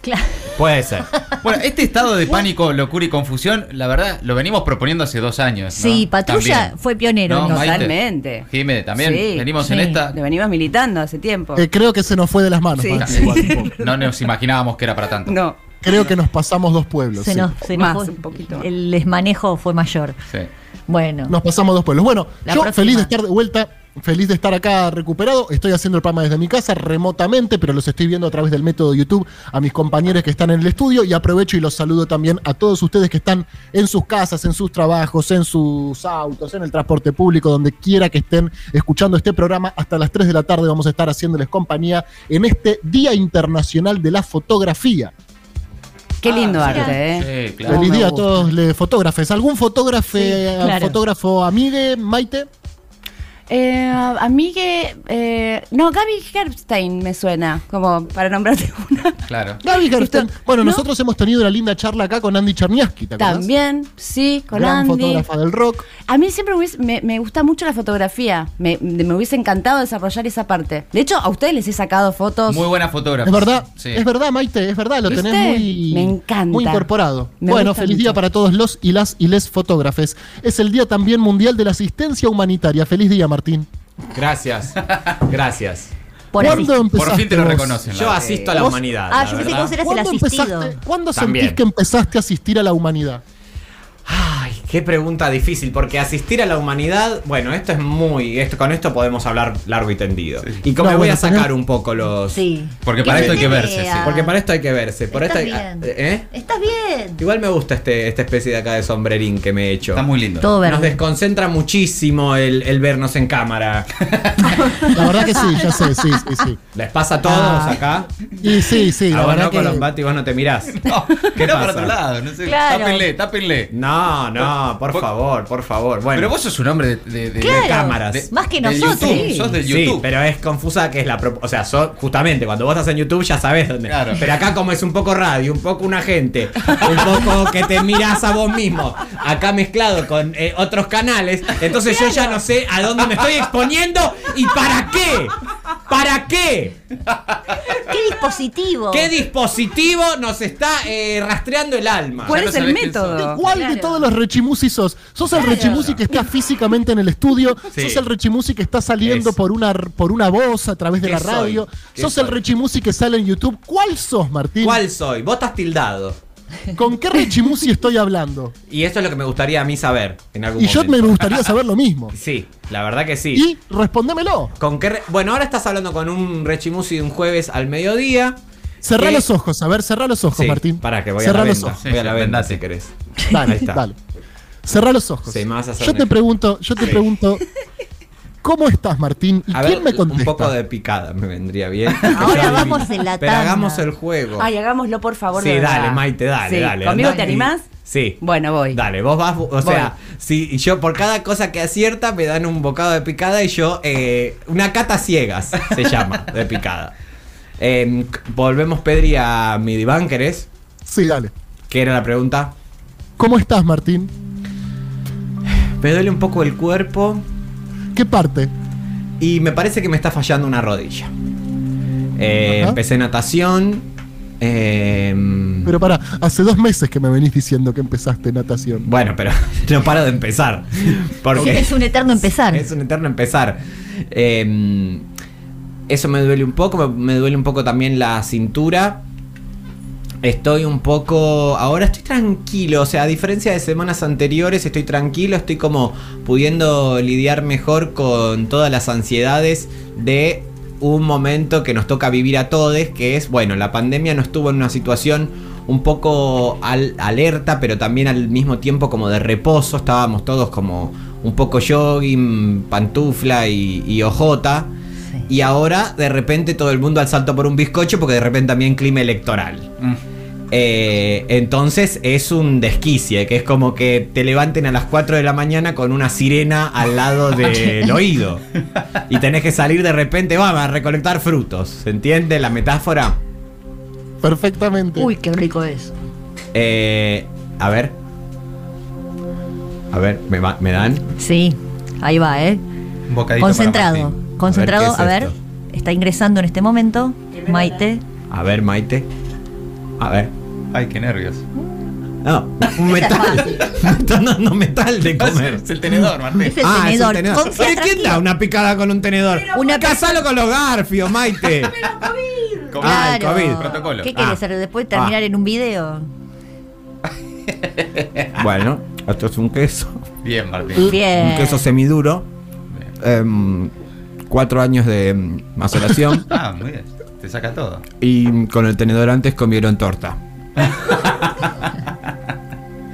Speaker 9: claro.
Speaker 6: Puede
Speaker 10: (laughs)
Speaker 6: ser.
Speaker 5: Bueno, este estado de pánico, locura y confusión, la verdad, lo venimos proponiendo hace dos años. ¿no?
Speaker 9: Sí, Patrulla
Speaker 5: También.
Speaker 9: fue pionero.
Speaker 5: No,
Speaker 9: en eso.
Speaker 5: Maite.
Speaker 7: Totalmente.
Speaker 5: Jimé, también
Speaker 7: Sí,
Speaker 5: venimos en
Speaker 9: sí.
Speaker 5: esta.
Speaker 7: Le venimos militando hace
Speaker 9: Ah.
Speaker 7: tiempo.
Speaker 10: Eh, creo que se nos fue de las manos.
Speaker 7: Sí.
Speaker 10: Maxi.
Speaker 5: No nos imaginábamos que era para tanto.
Speaker 7: (laughs) No.
Speaker 10: Creo que nos pasamos dos pueblos.
Speaker 9: se
Speaker 10: sí.
Speaker 9: nos, se nos
Speaker 7: Más,
Speaker 9: fue-
Speaker 7: un poquito más.
Speaker 9: El desmanejo fue mayor.
Speaker 5: Sí.
Speaker 9: Bueno.
Speaker 10: Nos pasamos dos pueblos. Bueno,
Speaker 9: La
Speaker 10: yo
Speaker 9: próxima.
Speaker 10: feliz de estar de vuelta, feliz de estar acá recuperado. Estoy haciendo el programa desde mi casa, remotamente, pero los estoy viendo a través del método YouTube a mis compañeros que están en el estudio y aprovecho y los saludo también a todos ustedes que están en sus casas, en sus trabajos, en sus autos, en el transporte público, donde quiera que estén escuchando este programa. Hasta las 3 de la tarde vamos a estar haciéndoles compañía en este Día Internacional de la Fotografía.
Speaker 7: Qué lindo
Speaker 5: Ah, sí.
Speaker 7: arte, ¿eh?
Speaker 5: Sí, claro.
Speaker 10: Feliz
Speaker 7: me
Speaker 10: día a
Speaker 7: gusta.
Speaker 10: todos los fotógrafos. ¿Algún fotógrafo,
Speaker 9: Sí, claro.
Speaker 10: fotógrafo amigue, Maite?
Speaker 7: Eh, a mí que. eh, no, Gaby Herbstein me suena, como para nombrarte (laughs) una.
Speaker 5: Claro.
Speaker 10: Gaby Gersten.
Speaker 7: Esto-
Speaker 10: Bueno,
Speaker 7: ¿no?
Speaker 10: nosotros hemos tenido una linda charla acá con Andy Cherniaski, ¿te acordás?
Speaker 7: También, sí, con
Speaker 10: Gran
Speaker 7: Andy.
Speaker 10: fotógrafa del rock.
Speaker 7: A mí siempre hubiese- me, me gusta mucho la fotografía. Me, me hubiese encantado desarrollar esa parte. De hecho, a ustedes les he sacado fotos.
Speaker 5: Muy buena fotógrafa.
Speaker 10: Es verdad,
Speaker 5: Sí.
Speaker 10: es verdad, Maite, es verdad, lo
Speaker 7: ¿Viste?
Speaker 10: tenés muy,
Speaker 7: Me encanta.
Speaker 10: muy incorporado.
Speaker 7: Me
Speaker 10: bueno,
Speaker 7: gusta
Speaker 10: feliz
Speaker 7: mucho.
Speaker 10: día para todos los y las y les fotógrafes. Es el Día también Mundial de la Asistencia Humanitaria. Feliz día, Martín.
Speaker 6: Gracias. Gracias.
Speaker 9: por así.
Speaker 10: ¿Cuándo empezaste
Speaker 5: Por fin te lo
Speaker 10: vos?
Speaker 5: reconocen. la
Speaker 6: Yo
Speaker 5: verdad.
Speaker 6: asisto a la
Speaker 10: ¿Vos?
Speaker 6: humanidad.
Speaker 9: Ah,
Speaker 6: la
Speaker 9: yo pensé que
Speaker 6: verdad.
Speaker 9: vos eras el
Speaker 10: ¿Cuándo,
Speaker 9: asistido.
Speaker 10: empezaste, ¿cuándo
Speaker 6: También.
Speaker 10: sentís que empezaste a asistir a la humanidad?
Speaker 6: Ay, qué pregunta difícil, porque asistir a la humanidad, bueno, esto es muy, esto, con esto podemos hablar largo y tendido. Y como
Speaker 10: No,
Speaker 6: me voy
Speaker 10: bueno,
Speaker 6: a sacar
Speaker 10: tenés-
Speaker 6: un poco los...
Speaker 9: Sí.
Speaker 5: Porque para
Speaker 9: Que
Speaker 5: esto hay
Speaker 9: te
Speaker 5: que verse,
Speaker 9: vea.
Speaker 5: sí.
Speaker 6: Porque para esto hay que verse. Por esto
Speaker 9: Estás
Speaker 6: hay-
Speaker 9: bien.
Speaker 6: ¿eh?
Speaker 9: Estás bien.
Speaker 6: Igual me gusta este, esta especie de acá de sombrerín que me he hecho.
Speaker 5: Está muy lindo.
Speaker 9: Todo
Speaker 6: Nos
Speaker 9: verde.
Speaker 6: desconcentra muchísimo el, el vernos en cámara.
Speaker 10: La verdad que sí, ya sé, sí, sí, sí.
Speaker 6: ¿Les pasa a todos
Speaker 9: Ah.
Speaker 6: acá?
Speaker 10: Y sí, sí,
Speaker 6: a
Speaker 10: la
Speaker 6: Ah, vos no,
Speaker 10: verdad que...
Speaker 6: Colombati, vos no te
Speaker 10: (laughs)
Speaker 6: mirás.
Speaker 5: (laughs) No,
Speaker 6: ¿Qué
Speaker 5: era para
Speaker 6: pasa?
Speaker 5: otro lado, no sé.
Speaker 9: Claro.
Speaker 5: Tápenle, tápenle.
Speaker 6: No, no, por,
Speaker 5: Por-
Speaker 6: favor, por favor. Bueno,
Speaker 5: Pero vos sos un hombre de, de- de-
Speaker 9: Claro.
Speaker 5: de cámaras.
Speaker 6: De-
Speaker 9: Más que
Speaker 5: del
Speaker 9: nosotros.
Speaker 5: YouTube, Sos del YouTube.
Speaker 6: Sí, pero es confusa que es la pro- O sea, so- justamente cuando vos estás en YouTube ya sabes dónde.
Speaker 5: Claro.
Speaker 6: Pero acá, como es un poco radio, un poco un agente, un poco que te miras a vos mismo, acá mezclado con eh, otros canales, entonces yo ya no sé a dónde me estoy exponiendo y para qué. ¿Para qué?
Speaker 9: ¿Qué dispositivo?
Speaker 6: ¿Qué dispositivo nos está eh, rastreando el alma?
Speaker 7: ¿Cuál
Speaker 5: Ya no
Speaker 7: es el
Speaker 5: sabés quién
Speaker 7: método?
Speaker 10: ¿Cuál de
Speaker 9: Claro.
Speaker 10: todos los rechimusi sos? ¿Sos el rechimusi que está físicamente en el estudio?
Speaker 6: Sí.
Speaker 10: ¿Sos el rechimusi que está saliendo
Speaker 6: Es.
Speaker 10: por una, por una voz a través de
Speaker 6: ¿Qué
Speaker 10: la
Speaker 6: soy?
Speaker 10: radio?
Speaker 6: ¿Qué
Speaker 10: ¿Sos el
Speaker 6: soy?
Speaker 10: rechimusi que sale en YouTube? ¿Cuál sos, Martín?
Speaker 6: ¿Cuál soy? Vos estás tildado.
Speaker 10: ¿Con qué rechimusi
Speaker 6: (laughs)
Speaker 10: estoy hablando?
Speaker 6: Y esto es lo que me gustaría a mí saber en algún
Speaker 10: Y
Speaker 6: momento.
Speaker 10: yo me gustaría saber lo mismo.
Speaker 6: Sí, la verdad que sí.
Speaker 10: Y respóndemelo.
Speaker 6: ¿Con qué re- Bueno, ahora estás hablando con un Rechimusi de un jueves al mediodía.
Speaker 10: Cerrá
Speaker 6: Eh,
Speaker 10: los ojos, a ver, cerrá los ojos,
Speaker 6: Sí,
Speaker 10: Martín.
Speaker 6: Pará, que voy
Speaker 10: Cerrá
Speaker 6: a la
Speaker 10: los
Speaker 6: venta.
Speaker 10: ojos.
Speaker 6: Voy
Speaker 5: Sí,
Speaker 6: a la
Speaker 5: sí,
Speaker 6: venta
Speaker 5: vendate.
Speaker 6: si querés.
Speaker 10: Dale,
Speaker 6: Ahí está.
Speaker 10: dale. Cerrá los ojos.
Speaker 6: Sí, me vas a hacer
Speaker 10: yo
Speaker 6: un
Speaker 10: te
Speaker 6: ejemplo.
Speaker 10: pregunto, yo te pregunto, ¿cómo estás, Martín? ¿Y
Speaker 6: A
Speaker 10: quién
Speaker 6: ver,
Speaker 10: me contesta?
Speaker 6: un poco de picada me vendría
Speaker 10: (laughs)
Speaker 6: bien.
Speaker 9: Ahora
Speaker 6: Yo
Speaker 9: vamos
Speaker 6: adivino.
Speaker 9: en la
Speaker 6: Pero
Speaker 9: tanda.
Speaker 6: hagamos el juego.
Speaker 7: Ay, hagámoslo, por favor.
Speaker 6: Sí,
Speaker 7: de verdad.
Speaker 6: dale, Maite, dale, dale,
Speaker 7: ¿Conmigo
Speaker 6: andá
Speaker 7: te
Speaker 6: y-
Speaker 7: animás?
Speaker 6: Sí.
Speaker 7: Bueno, voy.
Speaker 6: Dale, vos vas, o sea, si y yo por cada cosa que acierta me dan un bocado de picada y yo eh, una cata ciegas se llama de picada. Em, c- volvemos Pedri a mi diván, ¿querés?
Speaker 10: Sí, dale.
Speaker 6: ¿Qué era la pregunta?
Speaker 10: ¿Cómo estás, Martín?
Speaker 6: Me duele un poco el cuerpo
Speaker 10: ¿Qué parte?
Speaker 6: y me parece que me está fallando una rodilla. Eh,
Speaker 10: Ajá.
Speaker 6: empecé natación. em,
Speaker 10: Pero pará, hace dos meses que me venís diciendo que empezaste natación.
Speaker 6: bueno, pero (laughs) no paro de empezar. Porque
Speaker 9: Es un eterno empezar.
Speaker 6: Es un eterno empezar. Eh, eso me duele un poco, me, me duele un poco también la cintura. Estoy un poco... Ahora estoy tranquilo, o sea, a diferencia de semanas anteriores, estoy tranquilo, estoy como pudiendo lidiar mejor con todas las ansiedades de un momento que nos toca vivir a todos, que es, bueno, la pandemia no estuvo en una situación un poco al- alerta, pero también al mismo tiempo como de reposo. Estábamos todos como un poco jogging, pantufla y, y ojota. Y ahora de repente todo el mundo al salto por un bizcocho porque de repente también clima electoral. Eh, entonces es un desquicie, que es como que te levanten a las 4 de la mañana con una sirena al lado del oído. Y tenés que salir de repente, vamos a recolectar frutos. ¿Se entiende la metáfora?
Speaker 10: Perfectamente.
Speaker 9: Uy, qué rico es.
Speaker 6: Eh, a ver. A ver, ¿me, va- me dan?
Speaker 9: Sí, ahí va, ¿eh?
Speaker 5: Un bocadito para
Speaker 9: Concentrado.
Speaker 5: Martín.
Speaker 9: Concentrado,
Speaker 6: A
Speaker 9: a
Speaker 6: ver, ¿qué
Speaker 9: ver.
Speaker 6: es
Speaker 9: Está ingresando en este momento. Maite.
Speaker 6: A ver, Maite. A ver.
Speaker 5: Ay, qué
Speaker 9: (laughs)
Speaker 5: nervios.
Speaker 6: No, un metal. (laughs) Me están dando metal de comer.
Speaker 5: Es el tenedor, Martín.
Speaker 9: Es el
Speaker 6: Ah, es un
Speaker 9: tenedor. Confía,
Speaker 6: Oye, ¿quién
Speaker 9: tranquilo.
Speaker 6: da una picada con un tenedor?
Speaker 9: Una
Speaker 6: Casalo con los garfios,
Speaker 9: (laughs)
Speaker 6: Maite.
Speaker 5: Como-
Speaker 6: Ah, el
Speaker 9: Claro.
Speaker 6: COVID.
Speaker 5: Protocolo.
Speaker 9: ¿Qué
Speaker 6: Ah.
Speaker 9: querés hacer? Después terminar
Speaker 6: Ah.
Speaker 9: en un video.
Speaker 6: bueno, esto es un queso.
Speaker 5: Bien, Martín.
Speaker 9: Bien.
Speaker 6: Un queso semiduro. Em, cuatro años de em,
Speaker 9: (laughs)
Speaker 6: maceración.
Speaker 5: Ah, muy bien. Te saca todo.
Speaker 6: Y con el tenedor antes comieron
Speaker 9: (laughs)
Speaker 6: torta.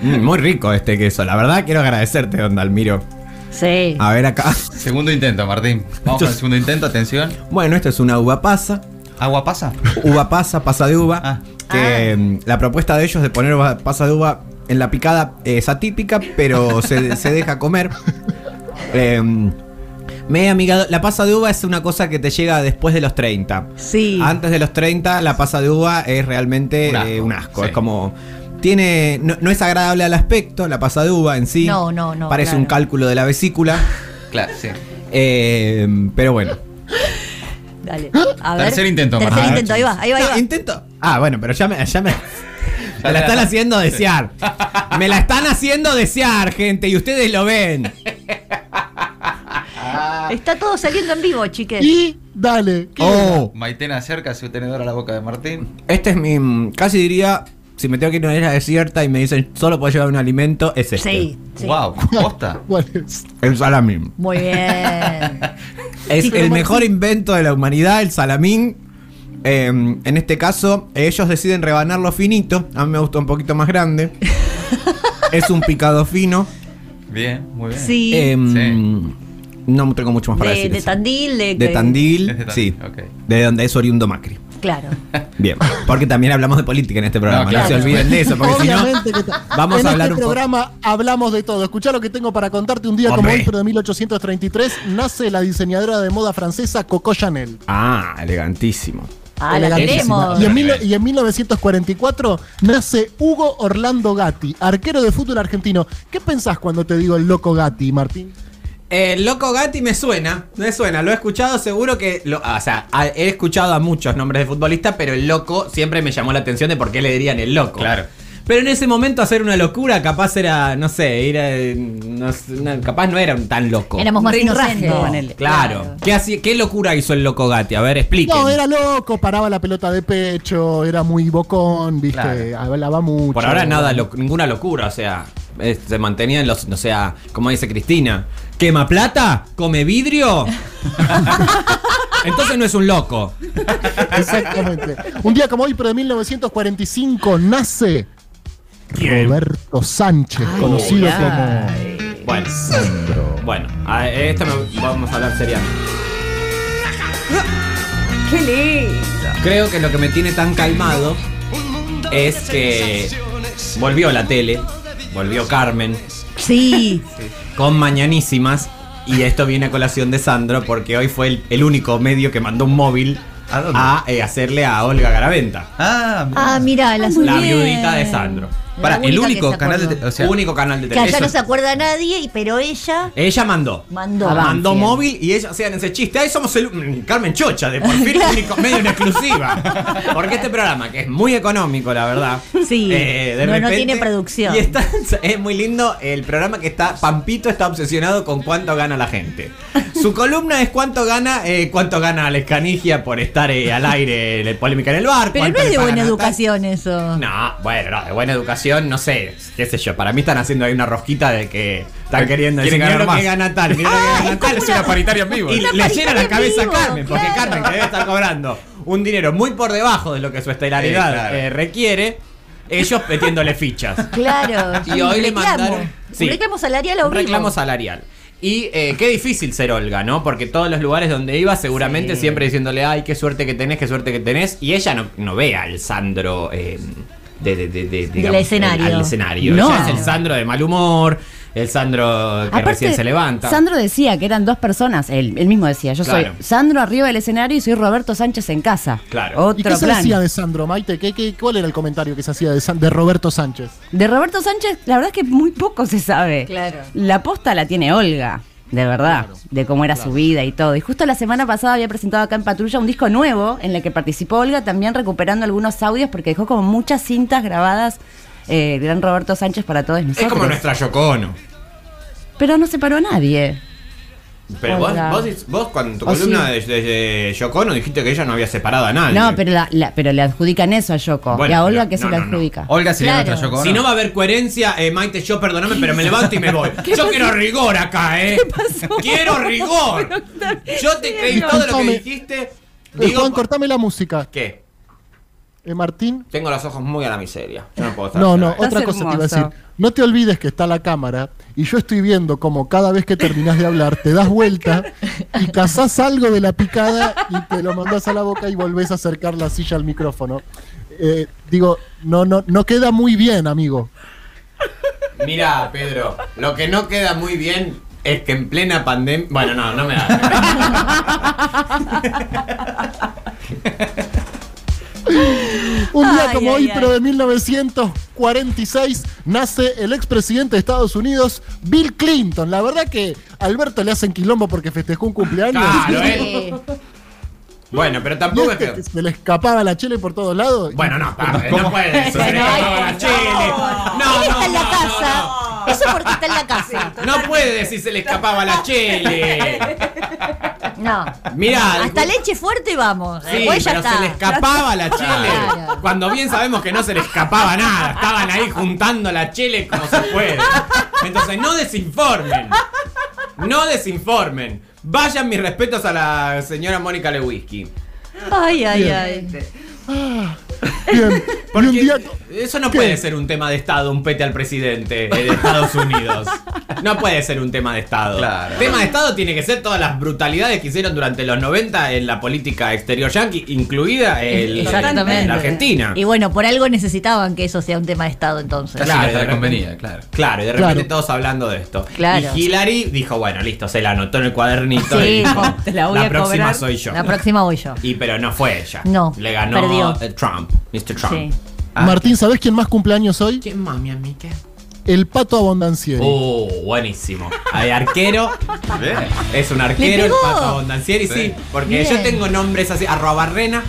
Speaker 6: Mm, Muy rico este queso, la verdad quiero agradecerte, don Dalmiro.
Speaker 9: Sí.
Speaker 6: A ver acá.
Speaker 5: Segundo intento, Martín. Vamos con el segundo intento, atención.
Speaker 6: Bueno, esto es una uva pasa.
Speaker 5: ¿Agua pasa?
Speaker 6: Uva pasa, pasa de uva.
Speaker 5: Ah.
Speaker 6: Que mm, la propuesta de ellos de poner uva- pasa de uva en la picada es atípica, pero se, se deja
Speaker 9: (laughs)
Speaker 6: comer. Em, me he amigado. La pasa de uva es una cosa que te llega después de los 30.
Speaker 9: Sí.
Speaker 6: Antes de los 30, la pasa de uva es realmente eh, un
Speaker 5: Un
Speaker 6: asco.
Speaker 5: asco, sí.
Speaker 6: Es como. Tiene. No, no es agradable al aspecto, la pasa de uva en sí.
Speaker 9: No, no, no,
Speaker 6: Parece
Speaker 9: claro.
Speaker 6: un cálculo de la
Speaker 9: (laughs)
Speaker 6: vesícula.
Speaker 5: Claro, sí.
Speaker 6: eh, pero bueno.
Speaker 9: Dale.
Speaker 6: Ah.
Speaker 9: A ver.
Speaker 5: Tercer intento,
Speaker 9: Tercer
Speaker 5: Martín.
Speaker 9: intento, ahí va, ahí va, ahí
Speaker 6: No,
Speaker 9: va.
Speaker 6: intento. Ah, bueno, pero ya me. Ya
Speaker 9: (laughs)
Speaker 6: me... Me la
Speaker 5: Ya
Speaker 6: están
Speaker 5: la-
Speaker 6: haciendo desear. Me la están haciendo desear, gente, y ustedes lo ven.
Speaker 9: Está todo saliendo en vivo, chiques.
Speaker 10: Y dale. ¿qué
Speaker 6: Oh,
Speaker 5: Maitena acerca su tenedor a la boca de Martín.
Speaker 6: este es mi. mm, Casi diría, si me tengo que ir a una isla desierta y me dicen solo puedo llevar un alimento, es este.
Speaker 9: Sí, sí.
Speaker 5: Wow,
Speaker 9: (laughs)
Speaker 5: ¿posta?
Speaker 10: era? (laughs) ¿Cuál es?
Speaker 6: El salamín.
Speaker 9: Muy bien.
Speaker 6: Es
Speaker 9: Sí, pero
Speaker 6: el
Speaker 9: vos-
Speaker 6: mejor invento de la humanidad, el salamín. Eh, en este caso, ellos deciden rebanarlo finito. A mí me gusta un poquito más
Speaker 9: (laughs)
Speaker 6: grande. es un picado fino.
Speaker 5: Bien, muy bien.
Speaker 9: Sí.
Speaker 6: Eh,
Speaker 5: Sí.
Speaker 6: No tengo mucho más para
Speaker 9: de,
Speaker 6: decir.
Speaker 9: de
Speaker 6: eso.
Speaker 9: Tandil, de,
Speaker 6: De
Speaker 9: que-
Speaker 6: Tandil,
Speaker 5: Es de Tandil,
Speaker 6: sí.
Speaker 5: ok.
Speaker 6: De donde es oriundo Macri.
Speaker 9: Claro.
Speaker 6: Bien. Porque también hablamos de política en este programa. No,
Speaker 5: No, claro.
Speaker 6: se olviden de eso, porque si no.
Speaker 10: Obviamente que ta-
Speaker 6: vamos
Speaker 10: en
Speaker 6: a hablar
Speaker 10: este
Speaker 6: un poco-
Speaker 10: programa hablamos de todo. Escuchá lo que tengo para contarte. Un día
Speaker 6: Hombre.
Speaker 10: como hoy, pero de 1833, nace la diseñadora de moda francesa Coco Chanel.
Speaker 6: Ah, elegantísimo.
Speaker 9: Ah, la
Speaker 10: Elegantísima.
Speaker 9: queremos.
Speaker 10: Y en, mil- y en 1944 nace Hugo Orlando Gatti, arquero de fútbol argentino. ¿Qué pensás cuando te digo el loco Gatti, Martín?
Speaker 6: El Eh, loco Gatti me suena, me suena, lo he escuchado seguro que, lo- ah, o sea, a- he escuchado a muchos nombres de futbolistas, pero el loco siempre me llamó la atención de por qué le dirían el loco.
Speaker 5: Claro.
Speaker 6: Pero en ese momento hacer una locura capaz era, no sé, ir a- no sé, no, capaz no era un tan loco.
Speaker 9: Éramos más
Speaker 7: Rinraje,
Speaker 9: inocentes.
Speaker 7: ponele.
Speaker 6: Claro. ¿Qué, hacía- ¿Qué locura hizo el loco Gatti? A ver, explíquenme.
Speaker 10: No, era loco, paraba la pelota de pecho, era muy bocón, viste,
Speaker 5: Claro.
Speaker 10: hablaba mucho.
Speaker 6: Por ahora nada, lo- ninguna locura, o sea, es- se mantenía en los, o sea, como dice Cristina, quema plata, come vidrio. (laughs) Entonces no es un loco.
Speaker 10: Exactamente. Un día como hoy, pero de 1945, nace Roberto Sánchez, conocido
Speaker 6: Bueno, bueno, a eh, esto me- vamos a hablar seriamente.
Speaker 7: ¡Qué lindo!
Speaker 6: Creo que lo que me tiene tan calmado es que volvió la tele Volvió Carmen
Speaker 9: Sí.
Speaker 6: con Mañanísimas. Y esto viene a colación de Sandro porque hoy fue el, el único medio que mandó un móvil a, eh, hacerle a Olga Garaventa.
Speaker 5: Ah,
Speaker 9: Ah, mira, la,
Speaker 6: la
Speaker 9: bien.
Speaker 6: viudita de Sandro.
Speaker 9: La
Speaker 5: para, el
Speaker 9: única que
Speaker 5: único
Speaker 9: se
Speaker 5: canal de.
Speaker 9: acordó.
Speaker 5: te- O sea,
Speaker 6: único canal de
Speaker 9: Que allá
Speaker 6: televisión.
Speaker 9: no se acuerda nadie, y pero ella
Speaker 6: Ella mandó.
Speaker 9: mandó.
Speaker 7: Ah,
Speaker 6: Mandó
Speaker 5: eh.
Speaker 7: Banfield.
Speaker 6: móvil y ellos hacían ese chiste. Ahí somos el mm, Carmen Chocha, de por fin único medio en exclusiva. Porque este programa, que es muy económico, la verdad. eh,
Speaker 9: Sí. No, no tiene producción.
Speaker 6: Y está, (laughs) es muy lindo el programa que está. Pampito está obsesionado con cuánto gana la gente. Su columna es cuánto gana, eh, cuánto gana Alex Canigia por estar eh, al aire en el polémica en el bar.
Speaker 9: Pero no
Speaker 6: cuánto
Speaker 9: es de
Speaker 6: le pagan
Speaker 9: buena
Speaker 6: a tal.
Speaker 9: educación eso.
Speaker 6: No, bueno, no, de buena educación, no sé, qué sé yo. Para mí están haciendo ahí una rosquita de que están queriendo decir
Speaker 5: Quieren
Speaker 6: mira
Speaker 5: ganar
Speaker 6: lo que
Speaker 5: más".
Speaker 6: gana tal, mira lo que
Speaker 9: Ah,
Speaker 6: gana
Speaker 9: es
Speaker 6: tal.
Speaker 9: como
Speaker 6: Es una
Speaker 9: una-
Speaker 6: paritaria en
Speaker 9: (laughs)
Speaker 6: vivo. Y
Speaker 9: una
Speaker 6: le llena la
Speaker 9: paritaria en
Speaker 6: cabeza a
Speaker 9: vivo,
Speaker 6: Carmen, porque
Speaker 9: claro.
Speaker 6: Carmen, que debe estar cobrando un dinero muy por debajo de lo que su estelaridad
Speaker 5: Sí, claro.
Speaker 6: eh, requiere, ellos metiéndole fichas.
Speaker 5: (laughs)
Speaker 9: Claro.
Speaker 6: (laughs) Y hoy le mandaron- sí.
Speaker 9: Un reclamo salarial a
Speaker 6: Un reclamo salarial. Y eh, qué difícil ser Olga, ¿no? Porque todos los lugares donde iba, seguramente siempre diciéndole, ay, qué suerte que tenés, qué suerte que tenés. Y ella no, no ve al Sandro eh, de, de- de- de- digamos,
Speaker 9: escenario.
Speaker 6: el- al escenario.
Speaker 7: No.
Speaker 6: Ella es el Sandro de mal humor, el Sandro que recién se levanta.
Speaker 7: Sandro decía que eran dos personas, él, él mismo decía, yo
Speaker 6: Claro.
Speaker 7: soy Sandro arriba del escenario y soy Roberto Sánchez en casa.
Speaker 6: Claro.
Speaker 10: ¿Y
Speaker 7: Otro
Speaker 10: qué se
Speaker 7: plan.
Speaker 10: decía de Sandro, Maite? ¿Qué, qué, cuál era el comentario que se hacía de, San- de Roberto Sánchez?
Speaker 7: De Roberto Sánchez, la verdad es que muy poco se sabe.
Speaker 9: Claro.
Speaker 7: La posta la tiene Olga, de verdad, de cómo era su vida y todo. Y justo la semana pasada había presentado acá en Patrulla un disco nuevo en el que participó Olga, también recuperando algunos audios porque dejó como muchas cintas grabadas. eh, el gran Roberto Sánchez para todos nosotros.
Speaker 6: es como nuestra Yocono.
Speaker 7: Pero no separó a nadie.
Speaker 6: Pero vos,
Speaker 7: Olga.
Speaker 6: vos, vos con tu
Speaker 7: O
Speaker 6: columna de, de- de Yocono dijiste que ella no había separado a nadie.
Speaker 7: No, pero, la- la- pero le adjudican eso a Yoko.
Speaker 6: Bueno,
Speaker 7: y a Olga
Speaker 6: pero-
Speaker 7: que se
Speaker 6: no,
Speaker 7: le
Speaker 6: no, no.
Speaker 7: adjudica.
Speaker 5: Olga sería
Speaker 9: Claro.
Speaker 5: nuestra Yoko Ono.
Speaker 6: Si no va a haber coherencia, eh, Maite, yo perdóname, pero me levanto y me
Speaker 9: (laughs)
Speaker 6: voy. Yo quiero rigor acá, ¿eh? Quiero
Speaker 9: (laughs)
Speaker 6: rigor. Yo te creí
Speaker 10: bien.
Speaker 6: todo lo que
Speaker 10: Contame.
Speaker 6: dijiste.
Speaker 10: Eh,
Speaker 6: Digo,
Speaker 10: Juan, cortame la música.
Speaker 6: ¿qué?
Speaker 10: Eh, Martín.
Speaker 6: Tengo los ojos muy a la miseria. Yo no puedo estar.
Speaker 10: No, no,
Speaker 6: cerca.
Speaker 10: otra cosa te iba a decir.
Speaker 7: hermoso.
Speaker 10: No te olvides que está la cámara y yo estoy viendo como cada vez que terminás de hablar te das vuelta y cazás algo de la picada y te lo mandás a la boca y volvés a acercar la silla al micrófono. Eh, digo, no, no, no queda muy bien, amigo.
Speaker 6: Mira, Pedro, lo que no queda muy bien es que en plena pandemia. Bueno, no, no me da.
Speaker 10: Un día
Speaker 9: Ay,
Speaker 10: como
Speaker 9: ay,
Speaker 10: hoy,
Speaker 9: ay.
Speaker 10: pero de 1946, nace el expresidente de Estados Unidos, Bill Clinton. La verdad que a Alberto le hacen quilombo porque festejó un cumpleaños.
Speaker 6: Claro, ¿eh? Bueno, pero
Speaker 10: Y
Speaker 6: tampoco es
Speaker 10: este
Speaker 6: que.
Speaker 10: que se le escapaba la chile por todos lados.
Speaker 6: Bueno, no, pará, no puede
Speaker 9: (laughs)
Speaker 6: ser.
Speaker 9: Bueno, ay,
Speaker 6: No, la
Speaker 9: no.
Speaker 6: chile. No,
Speaker 9: Él
Speaker 6: no,
Speaker 9: está en la
Speaker 6: no,
Speaker 9: casa.
Speaker 6: no, no.
Speaker 9: Eso porque está en la casa.
Speaker 6: No puede decir se le escapaba la chele.
Speaker 9: No.
Speaker 6: Mirá,
Speaker 9: Hasta
Speaker 6: el-
Speaker 9: leche fuerte vamos.
Speaker 6: Sí,
Speaker 9: Después ya
Speaker 6: pero
Speaker 9: está.
Speaker 6: se le escapaba la chele.
Speaker 9: Claro.
Speaker 6: Cuando bien sabemos que no se le escapaba nada. Estaban ahí juntando la chele como se puede. Entonces no desinformen. No desinformen. Vayan mis respetos a la señora Mónica Lewinsky.
Speaker 9: Ay, ay, ay.
Speaker 10: Bien. Y un
Speaker 6: Porque
Speaker 10: día,
Speaker 6: eso no
Speaker 10: ¿Qué?
Speaker 6: puede ser un tema de Estado, un pete al presidente eh, de Estados Unidos. No puede ser un tema de Estado.
Speaker 5: Claro.
Speaker 6: Tema de Estado tiene que ser todas las brutalidades que hicieron durante los 90 en la política exterior yanqui, incluida el,
Speaker 9: Exactamente.
Speaker 6: en la Argentina.
Speaker 9: Y bueno, por algo necesitaban que eso sea un tema de Estado entonces.
Speaker 5: Casi
Speaker 6: Claro,
Speaker 5: hasta
Speaker 6: de
Speaker 5: le
Speaker 6: repente.
Speaker 5: convenía, claro.
Speaker 6: Claro, y de repente
Speaker 10: Claro.
Speaker 6: todos hablando de esto.
Speaker 9: Claro.
Speaker 6: Y Hillary dijo, bueno, listo, se la anotó en el cuadernito
Speaker 9: Sí,
Speaker 6: y
Speaker 9: (laughs)
Speaker 6: dijo,
Speaker 9: no,
Speaker 7: te la voy a
Speaker 6: próxima
Speaker 7: cobrar".
Speaker 6: soy yo.
Speaker 9: La próxima voy yo.
Speaker 6: Y pero no fue ella.
Speaker 9: No,
Speaker 6: Le ganó
Speaker 9: perdió.
Speaker 6: eh, Trump, Mr. Trump.
Speaker 9: Sí.
Speaker 10: Martín, ¿sabés quién más cumpleaños hoy?
Speaker 6: Ah. ¿Quién más, mi amiga?
Speaker 10: El Pato Abondancieri.
Speaker 6: Oh, buenísimo. Hay arquero. Es un
Speaker 9: Le
Speaker 6: arquero, el
Speaker 9: pegó.
Speaker 6: Pato Abondancieri, sí.
Speaker 5: Sí.
Speaker 6: porque
Speaker 9: Bien.
Speaker 6: yo tengo nombres así, arrobarrena.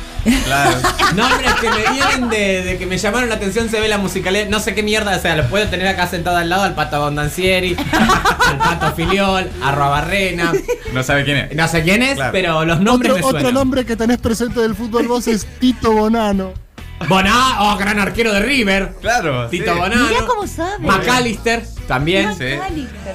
Speaker 5: Claro.
Speaker 6: Nombres que me vienen de, de que me llamaron la atención, se ve la musicalidad. No sé qué mierda, o sea, lo puedo tener acá sentado al lado al Pato Abondancieri, al Pato Filiol, arrobarrena.
Speaker 5: No sabe quién es.
Speaker 6: No sé quién es,
Speaker 5: Claro.
Speaker 6: pero los nombres
Speaker 10: otro,
Speaker 6: me
Speaker 10: otro
Speaker 6: suenan.
Speaker 10: nombre que tenés presente del fútbol vos es Tito Bonano.
Speaker 6: Boná, oh, gran arquero de River.
Speaker 5: Claro.
Speaker 6: Tito
Speaker 5: sí.
Speaker 6: Bonano.
Speaker 9: Mirá cómo sabe.
Speaker 6: McAllister también.
Speaker 5: Sí.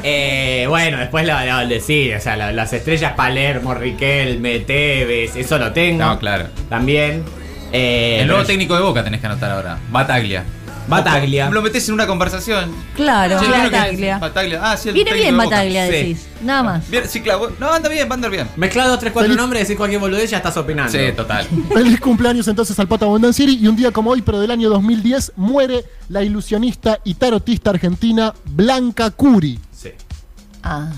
Speaker 6: Eh, bueno, después lo, lo- lo- sí, o sea, lo- las estrellas Palermo, Riquelme, Tevez, eso lo tengo.
Speaker 5: No, claro.
Speaker 6: También. Eh,
Speaker 5: El nuevo
Speaker 6: pero-
Speaker 5: técnico de Boca tenés que anotar ahora. Bataglia.
Speaker 6: Bataglia.
Speaker 5: Lo metes en una conversación.
Speaker 9: Claro,
Speaker 5: Che, ¿vieron que-
Speaker 9: Bataglia.
Speaker 5: Bataglia. Ah, sí, el
Speaker 9: Viene
Speaker 5: técnico
Speaker 9: bien
Speaker 5: de Boca.
Speaker 9: Bataglia,
Speaker 6: Sí.
Speaker 9: decís. Nada más.
Speaker 5: Bien, sí, claro. bueno, No, anda bien, va a andar bien.
Speaker 6: Mezclado dos, tres, cuatro
Speaker 10: Feliz-
Speaker 6: nombres, decís cualquier boludez, ya estás opinando.
Speaker 5: Sí, total.
Speaker 10: Feliz cumpleaños entonces al Pata Bondancieri y un día como hoy, pero del año 2010, muere la ilusionista y tarotista argentina Blanca Curi.
Speaker 6: Sí.
Speaker 9: Ah,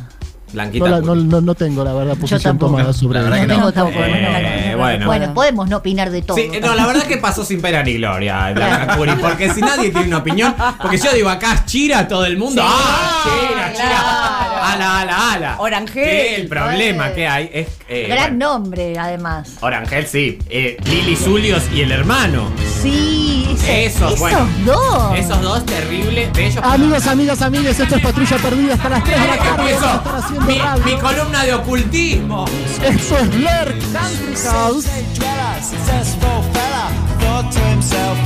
Speaker 6: Blanquita.
Speaker 10: No, la- no,
Speaker 6: Curi.
Speaker 10: no- no tengo la verdad posición
Speaker 9: tampoco.
Speaker 10: tomada sobre
Speaker 5: La verdad
Speaker 10: ella.
Speaker 5: que
Speaker 9: tengo
Speaker 5: no.
Speaker 9: tampoco. no,
Speaker 6: Eh,
Speaker 9: no, no, no.
Speaker 6: bueno.
Speaker 9: bueno, podemos no opinar de todo.
Speaker 6: Sí, eh, no, la verdad que pasó sin pena ni gloria, Blanca Curi, porque si nadie tiene una opinión, porque yo digo acá es Chira todo el mundo, ¡ah! Chira,
Speaker 9: claro.
Speaker 6: Chira, ala, ala, ala.
Speaker 7: Orangel.
Speaker 6: Que el problema
Speaker 9: Eh.
Speaker 6: que hay es eh,
Speaker 9: Gran
Speaker 6: bueno,
Speaker 9: nombre, además.
Speaker 6: Orangel sí, eh, Lili Zulios y el hermano.
Speaker 9: Sí, ese-
Speaker 6: Esos,
Speaker 9: esos
Speaker 6: bueno.
Speaker 9: dos.
Speaker 6: Esos dos terribles, de ellos
Speaker 10: Amigos, amigas, amigues, esto es Patrulla Perdida hasta las 3
Speaker 6: (laughs)
Speaker 10: de
Speaker 6: Mira
Speaker 10: la
Speaker 6: que
Speaker 10: tarde.
Speaker 6: empezó.
Speaker 10: vamos a estar haciendo
Speaker 6: Mi-
Speaker 10: radio.
Speaker 6: mi columna de ocultismo.
Speaker 10: Eso es Blair Country House.
Speaker 11: Successful fella, thought to himself.